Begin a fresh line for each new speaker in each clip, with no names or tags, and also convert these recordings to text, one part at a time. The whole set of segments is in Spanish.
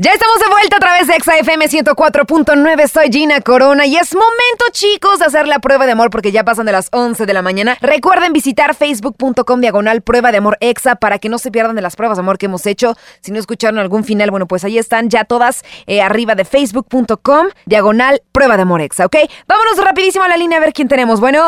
Ya estamos de vuelta a través de ExaFM 104.9. Soy Gina Corona y es momento, chicos, de hacer la prueba de amor porque ya pasan de las 11 de la mañana. Recuerden visitar facebook.com diagonal prueba de amor exa para que no se pierdan de las pruebas de amor que hemos hecho. Si no escucharon algún final, bueno, pues ahí están ya todas eh, arriba de facebook.com diagonal prueba de amor exa, ¿ok? Vámonos rapidísimo a la línea a ver quién tenemos. Bueno,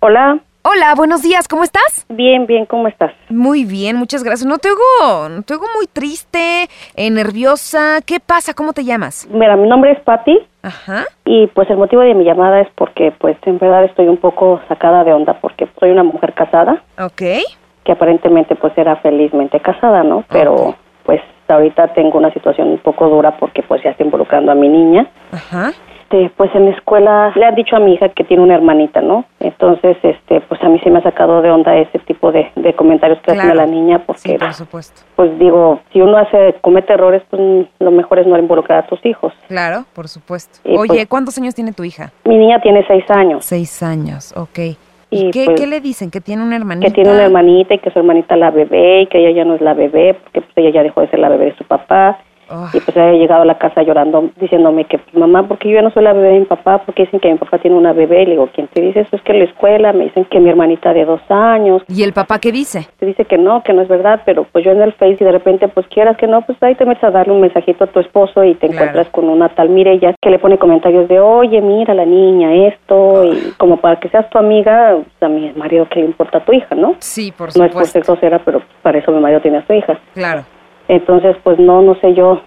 Hola,
hola, buenos días, ¿cómo estás?
bien, bien, ¿cómo estás?
Muy bien, muchas gracias. No te oigo, no te oigo muy triste, eh, nerviosa. ¿Qué pasa? ¿Cómo te llamas?
Mira, mi nombre es Patti
Ajá.
y pues el motivo de mi llamada es porque pues en verdad estoy un poco sacada de onda porque soy una mujer casada
Ok.
que aparentemente pues era felizmente casada, ¿no? Pero
Ok.
pues ahorita tengo una situación un poco dura porque pues ya está involucrando a mi niña.
Ajá.
Este, pues en la escuela le ha dicho a mi hija que tiene una hermanita, ¿no? Entonces, este, pues a mí se me ha sacado de onda ese tipo de, de comentarios que hacen a
Claro.
la niña porque
Sí, por supuesto.
pues digo, si uno hace comete errores, pues mm, lo mejor es no involucrar a tus hijos.
Claro, por supuesto.
Y
Oye,
pues-
¿cuántos años tiene tu hija?
Mi niña tiene seis años,
Seis años, ok. ¿Y,
Y
qué,
pues-
qué le dicen? ¿Que tiene una hermanita?
que tiene una hermanita y que su hermanita la bebé y que ella ya no es la bebé porque pues ella ya dejó de ser la bebé de su papá.
Oh,
Y pues ella ha llegado a la casa llorando, diciéndome que pues, mamá, porque yo ya no soy la bebé de mi papá, porque dicen que mi papá tiene una bebé. Y le digo, ¿quién te dice eso? Es que en la escuela me dicen que mi hermanita de dos años,
¿Y el papá qué dice?
te dice que no, que no es verdad, pero pues yo en el Face y de repente pues quieras que no, pues ahí te metes a darle un mensajito a tu esposo y te
Claro.
encuentras con una tal Mireya que le pone comentarios de, oye, mira la niña, esto,
Ah.
y como para que seas tu amiga, pues, a mi marido que le importa tu hija, ¿no?
Sí, por
No es por ser
supuesto.
grosera, pero para eso mi marido tiene a su hija.
Claro.
Entonces, pues no, no sé yo.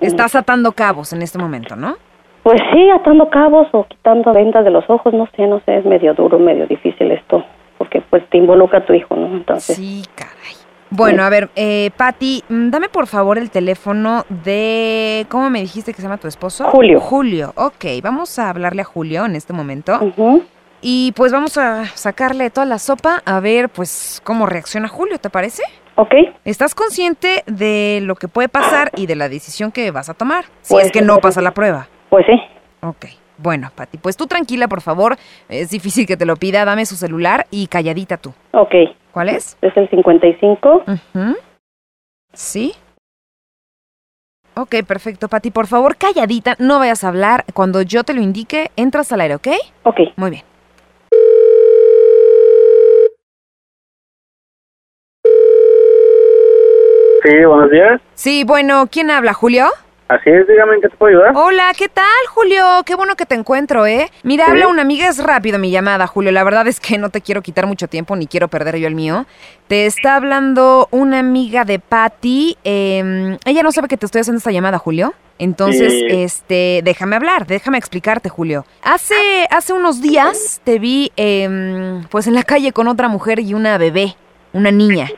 Estás atando cabos en este momento, ¿no?
Pues sí, atando cabos o quitando vendas de los ojos, no sé, no sé, es medio duro, medio difícil esto, porque pues te involucra a tu hijo, ¿no? Entonces,
Sí, caray. Bueno, a ver, eh, Patti, mm, dame por favor el teléfono de... ¿Cómo me dijiste que se llama tu esposo?
Julio.
Julio, ok. Vamos a hablarle a Julio en este momento.
ujú.
Y pues vamos a sacarle toda la sopa a ver pues cómo reacciona Julio, ¿te parece?
¿ok?
¿Estás consciente de lo que puede pasar y de la decisión que vas a tomar? Si
Pues,
es que no pasa la prueba.
Pues sí.
Ok. Bueno, Pati, pues tú tranquila, por favor. Es difícil que te lo pida. Dame su celular y calladita tú.
Ok,
¿Cuál es?
es el 55.
Ujú. ¿Sí? Ok, perfecto, Pati. Por favor, calladita. No vayas a hablar. Cuando yo te lo indique, entras al aire, ¿ok?
Ok,
Muy bien.
Sí, buenos días.
Sí, bueno, ¿quién habla, Julio?
Así es, dígame en qué te puedo
Oh.
ayudar.
Hola, ¿qué tal, Julio? Qué bueno que te encuentro, ¿eh? Mira,
Sí.
habla una amiga, es rápido mi llamada, Julio. La verdad es que no te quiero quitar mucho tiempo ni quiero perder yo el mío. Te está hablando una amiga de Patty. eh, ella no sabe que te estoy haciendo esta llamada, Julio. Entonces,
Sí.
este, déjame hablar, déjame explicarte, Julio. Hace, hace unos días te vi, eh, pues, en la calle con otra mujer y una bebé, una niña.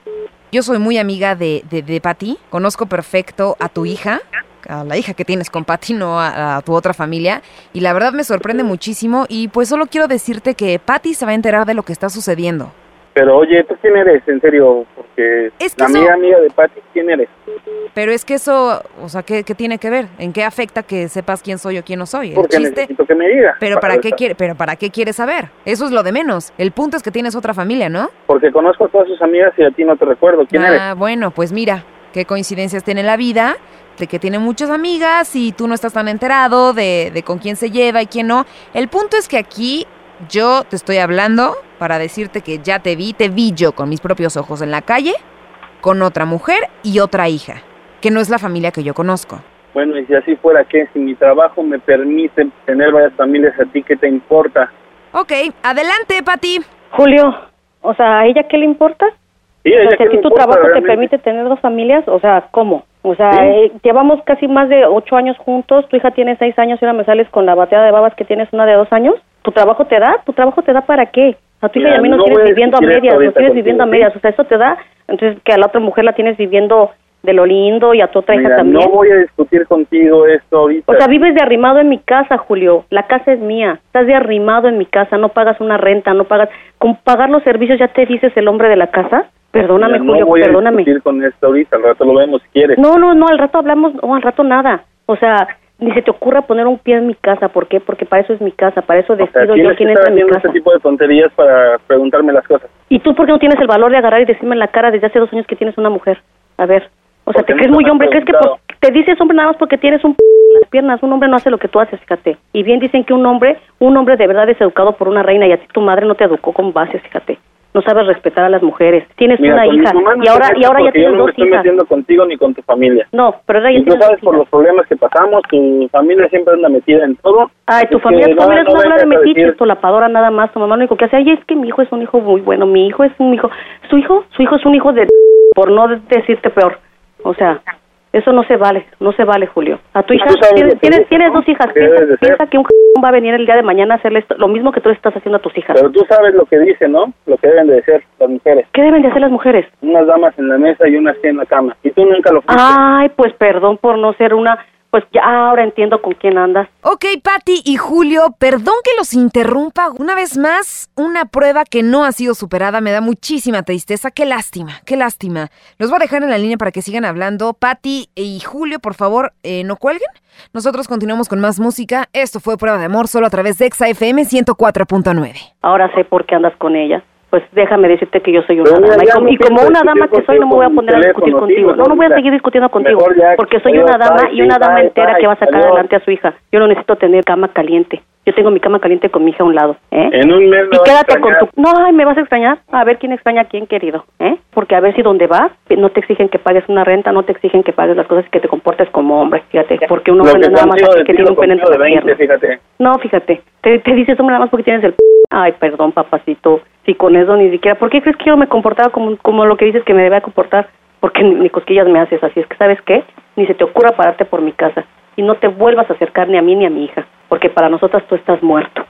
Yo soy muy amiga de, de, de Patty, conozco perfecto a tu hija, a la hija que tienes con Patty, no a, a tu otra familia, y la verdad me sorprende muchísimo y pues solo quiero decirte que Patty se va a enterar de lo que está sucediendo.
Pero oye, ¿tú quién eres? En serio, porque
Es que
la
eso-
amiga amiga de Pati, ¿quién eres?
Pero es que eso, o sea, ¿qué, qué tiene que ver? ¿En qué afecta que sepas quién soy o quién no soy? El
Porque
chiste...
necesito que me digas.
Pero para, qué
ver-
quiere, pero para qué quieres saber? Eso es lo de menos. El punto es que tienes otra familia, ¿no?
Porque conozco a todas sus amigas y a ti no te recuerdo. ¿Quién
ah,
eres?
bueno, pues mira, qué coincidencias tiene la vida, de que tiene muchas amigas y tú no estás tan enterado de, de con quién se lleva y quién no. El punto es que aquí yo te estoy hablando para decirte que ya te vi, te vi yo con mis propios ojos en la calle, con otra mujer y otra hija, que no es la familia que yo conozco.
Bueno, y si así fuera, ¿qué? Si mi trabajo me permite tener varias familias, ¿a ti qué te importa?
Ok, adelante, Pati.
Julio, o sea, ¿a ella qué le importa?
Sí,
O sea,
ella
si
que
a ti
me
tu
importa
trabajo te
realmente.
permite tener dos familias, o sea, ¿cómo? O sea,
Sí.
eh, llevamos casi más de ocho años juntos, tu hija tiene seis años y ahora me sales con la bateada de babas que tienes una de dos años. ¿Tu trabajo te da? ¿Tu trabajo te da para qué? A tu hija y
Mira,
a mí nos
no voy
tienes
a
viviendo a
discutir esto
medias, nos
ahorita
tienes
contigo,
viviendo a
¿sí?
medias, o sea, eso te da, entonces que a la otra mujer la tienes viviendo de lo lindo y a tu otra hija
Mira,
también.
no voy a discutir contigo esto ahorita.
O sea, vives de arrimado en mi casa, Julio. La casa es mía. Estás de arrimado en mi casa. No pagas una renta, no pagas. Con pagar los servicios ya te dices el hombre de la casa. Perdóname,
Mira, no
Julio,
voy a
perdóname.
discutir con esto ahorita, al rato lo vemos si quieres.
No, no, no, al rato hablamos, no, al rato nada. O sea, ni se te ocurra poner un pie en mi casa. ¿Por qué? Porque para eso es mi casa. Para eso
o sea,
decido yo
tienes que
quién
estar
entra en mi
haciendo
casa.
este tipo de tonterías para preguntarme las cosas.
¿Y tú por qué no tienes el valor de agarrar y decirme en la cara desde hace dos años que tienes una mujer? A ver. O sea,
Porque
¿te crees
nunca
muy
me has
hombre? ¿Crees que,
preguntado.
por- Te dices hombre nada más porque tienes un p en las piernas. Un hombre no hace lo que tú haces, fíjate. Y bien dicen que un hombre, un hombre de verdad es educado por una reina y a ti tu madre no te educó con bases, fíjate. No sabes respetar a las mujeres. Tienes
Mira,
una
con mi
hija
mamá
y
no te
ahora
metas
y ahora ya
porque yo
tienes
no
dos
me estoy
hijas.
metiendo contigo ni con tu familia.
No, pero ahora ya
Y tú
tienes dos
sabes por
hijas.
los problemas que pasamos, tu familia siempre anda metida en todo.
Ay, tu
Así
familia,
que
tu familia
no-
es una
no
bola de
vengas a decir-
metiches, tu lapadora nada más, tu mamá lo único que hace, ay, es que mi hijo es un hijo muy bueno, mi hijo es un hijo, su hijo, su hijo es un hijo de por no decirte peor, o sea, eso no se vale, no se vale, Julio. A tu
Tú
hija,
sabes lo
tienes,
que
tienes,
dices,
tienes
¿no?
dos hijas,
Que debes
piensa,
de
piensa
ser.
que un c- va a venir el día de mañana a hacerle esto- lo mismo que tú le estás haciendo a tus hijas.
Pero tú sabes lo que dice, ¿no? Lo que deben de ser las mujeres.
¿Qué deben de hacer las mujeres?
Unas damas en la mesa y unas en la cama. Y tú nunca lo fuiste.
Ay, pues perdón por no ser una, pues ya ahora entiendo con quién andas.
Ok, Patti y Julio, perdón que los interrumpa. Una vez más, una prueba que no ha sido superada. Me da muchísima tristeza. Qué lástima, qué lástima. Los voy a dejar en la línea para que sigan hablando. Patti y Julio, por favor, eh, no cuelguen. Nosotros continuamos con más música. Esto fue Prueba de Amor solo a través de XAFM 104.9.
ahora sé por qué andas con ella. Pues déjame decirte que yo soy una
Pero mira,
dama. Y,
ya
com-
no
y como
pienso
una
discutir
dama que soy, no me voy a
contigo,
poner a discutir
teléfono,
contigo.
tío,
No, no voy a
ahorita.
seguir discutiendo contigo.
Mejor ya,
Porque soy
adiós,
una dama
bye,
y una
sí,
dama
bye,
entera que va a sacar
bye,
adelante a su hija. Yo no necesito tener cama caliente. Yo tengo mi cama caliente con mi hija a un lado. ¿eh?
En un mes me
Y
vas a
quédate con
extrañar.
tu... No, ay, me vas a extrañar. A ver quién extraña a quién, querido. ¿eh? Porque a ver si donde vas, no te exigen que pagues una renta, no te exigen que pagues las cosas y que te comportes como hombre. Fíjate, porque uno
Lo
no
que
es nada más
contigo
así
de
que
ti,
tiene
lo
un pene entre
contigo de
las
20,
piernas.
fíjate.
No, fíjate, te, te dices hombre nada más porque tienes el... p-". Ay, perdón, papacito, si con eso ni siquiera... ¿Por qué crees que yo me comportaba como, como lo que dices que me debía comportar? Porque ni, ni cosquillas me haces, así es que, ¿sabes qué? Ni se te ocurra pararte por mi casa y no te vuelvas a acercar ni a mí ni a mi hija, porque para nosotras tú estás muerto.